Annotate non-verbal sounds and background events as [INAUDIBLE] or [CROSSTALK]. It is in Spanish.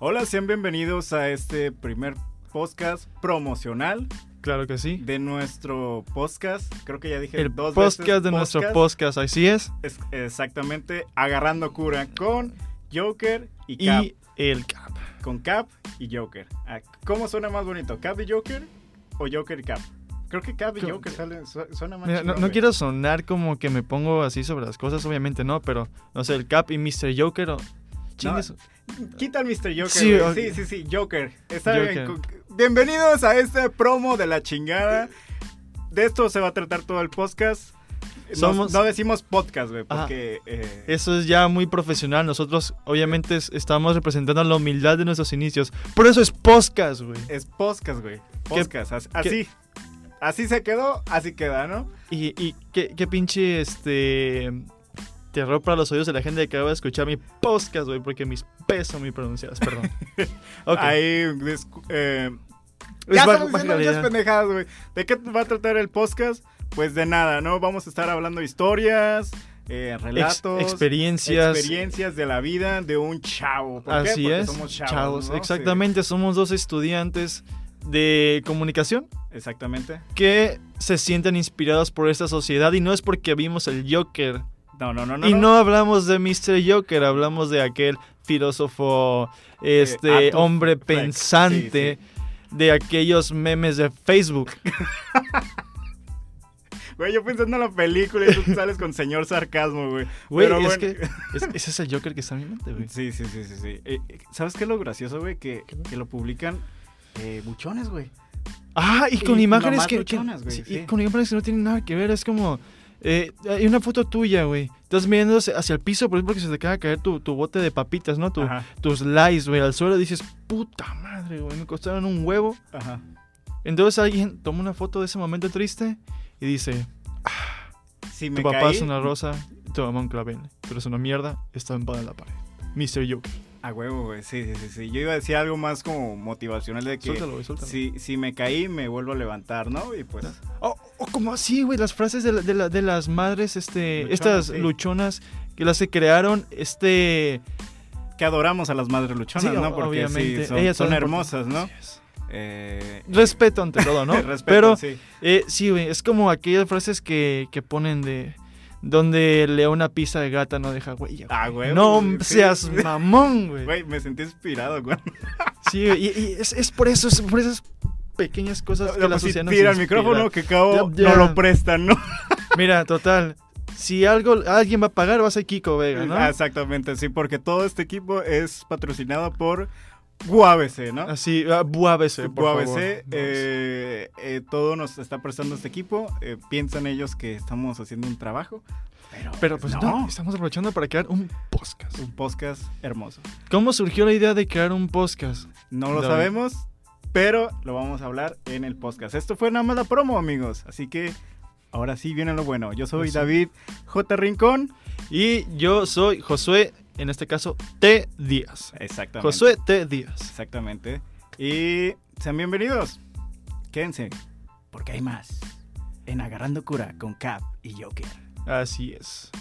Hola, sean bienvenidos a este primer podcast promocional Claro que sí. de nuestro podcast. Creo que ya dije El dos podcast de veces nuestro podcast, así es. Es- exactamente, agarrando cura con Joker y Y Cap. el Cap. Con Cap y Joker. Ah, ¿Cómo suena más bonito? ¿Cap y Joker o Joker y Cap? Creo que Cap y Creo- Joker sale- su- suena más Mira, no, chingón, no güey. quiero sonar como que me pongo así sobre las cosas, obviamente no, pero no sé, el Cap y Mr. Joker o. Chingue eh. su- Quita al Mr. Joker. Sí, güey. Sí, ok. sí, sí, Joker. Está bien. Joker. Cu- Bienvenidos a este promo de la chingada. De esto se va a tratar todo el podcast. Nos- Somos- no decimos podcast, güey, Ajá. porque... eh, Eso es ya muy profesional. Nosotros, obviamente, es- estamos representando la humildad de nuestros inicios. Por eso es podcast, güey. Es podcast, güey. Podcast. as- así. Así se quedó, así queda, ¿no? Y, y qué, qué pinche este. Terror para los oídos de la gente que acaba de escuchar mi podcast, güey, porque mis P's son muy pronunciadas, [LAUGHS] perdón. Ok. Ahí. discu- eh, Es ya bajo- estamos baja diciendo muchas calidad. pendejadas, güey. ¿De qué va a tratar el podcast? Pues de nada, ¿no? Vamos a estar hablando de historias, eh, Ex- relatos. experiencias. experiencias de la vida de un chavo. ¿Por qué? Así Porque es. somos chavos. chavos. ¿no? Exactamente, somos dos estudiantes de comunicación Sí, exactamente. que se sienten inspirados por esta sociedad y no es porque vimos el Joker. No, no, no, no. y no, hablamos de Mr. Joker, hablamos de aquel filósofo, Eh, este Arthur hombre Fleck, pensante, de aquellos memes de Facebook. [LAUGHS] Güey, yo pensando en la película y tú sales con señor sarcasmo, güey. Güey, Pero es bueno. que es- ese es el Joker que está en mi mente, güey. Sí, sí, sí, sí, sí. Eh, eh, ¿Sabes qué es lo gracioso, güey? Que, que lo publican eh, buchones, güey. Ah, y con Y imágenes mamás que, que- luchonas, güey, sí, sí. y con imágenes que no tienen nada que ver, es como eh, hay una foto tuya, güey. Estás mirando hacia hacia el piso, por ejemplo, que se te acaba de caer tu, tu bote de papitas, ¿no? Tu- Ajá, tus lies, güey, al suelo dices, "Puta madre, güey, me costaron un huevo." ajá. Entonces alguien toma una foto de ese momento triste y dice, Si "Tu me papá caí, es una rosa, tu mamá un clavel, pero es una mierda, está empada en la pared." Mr. Joker. A huevo, güey. Sí, sí, sí, sí. Yo iba a decir algo más como motivacional de que Suéltalo, güey, suéltalo. si, si me caí, me vuelvo a levantar, ¿no? Y pues. O, o como Oh, así, güey, las frases de, la- de la- de las madres, este, Luchonas, estas sí. luchonas que las que crearon, este... Que adoramos a las madres luchonas, Sí, ¿no? Porque sí, obviamente, son, ellas son son hermosas, ¿no? Así es. Eh, Respeto ante todo, [LAUGHS] ¿no? respeto, Pero sí. eh, sí, güey, es como aquellas frases que, que ponen de... Donde lea una pizza de gata no deja huella. güey. Ah, güey. no güey, sí. seas [LAUGHS] mamón, güey. Güey, me sentí inspirado, güey. Sí, güey, y, y es, es por eso, es por esas pequeñas cosas que No, la pues, sí, sociedad nos tira el inspira. micrófono que acabo, Ya, ya. no lo prestan, ¿no? Mira, total, si algo alguien va a pagar, va a ser Kiko Vega, ¿no? Ah, Exactamente, sí, porque todo este equipo es patrocinado por UABC, ¿no? Así, ah, BUABC, por favor. UABC, eh, eh, todo nos está prestando este equipo. eh, piensan ellos que estamos haciendo un trabajo, pero, Pero pues no. estamos aprovechando para crear un podcast. Un podcast hermoso. ¿Cómo surgió la idea de crear un podcast? No lo No. sabemos, pero lo vamos a hablar en el podcast. Esto fue nada más la promo, amigos. Así que ahora Pues sí viene lo bueno. Yo soy Eso. David J. Rincón. Y yo soy Josué, en este caso T. Díaz. Exactamente. Josué T. Díaz. Exactamente. Y sean bienvenidos. Quédense, porque hay más. En Agarrando Cura con Cap y Joker. Así es.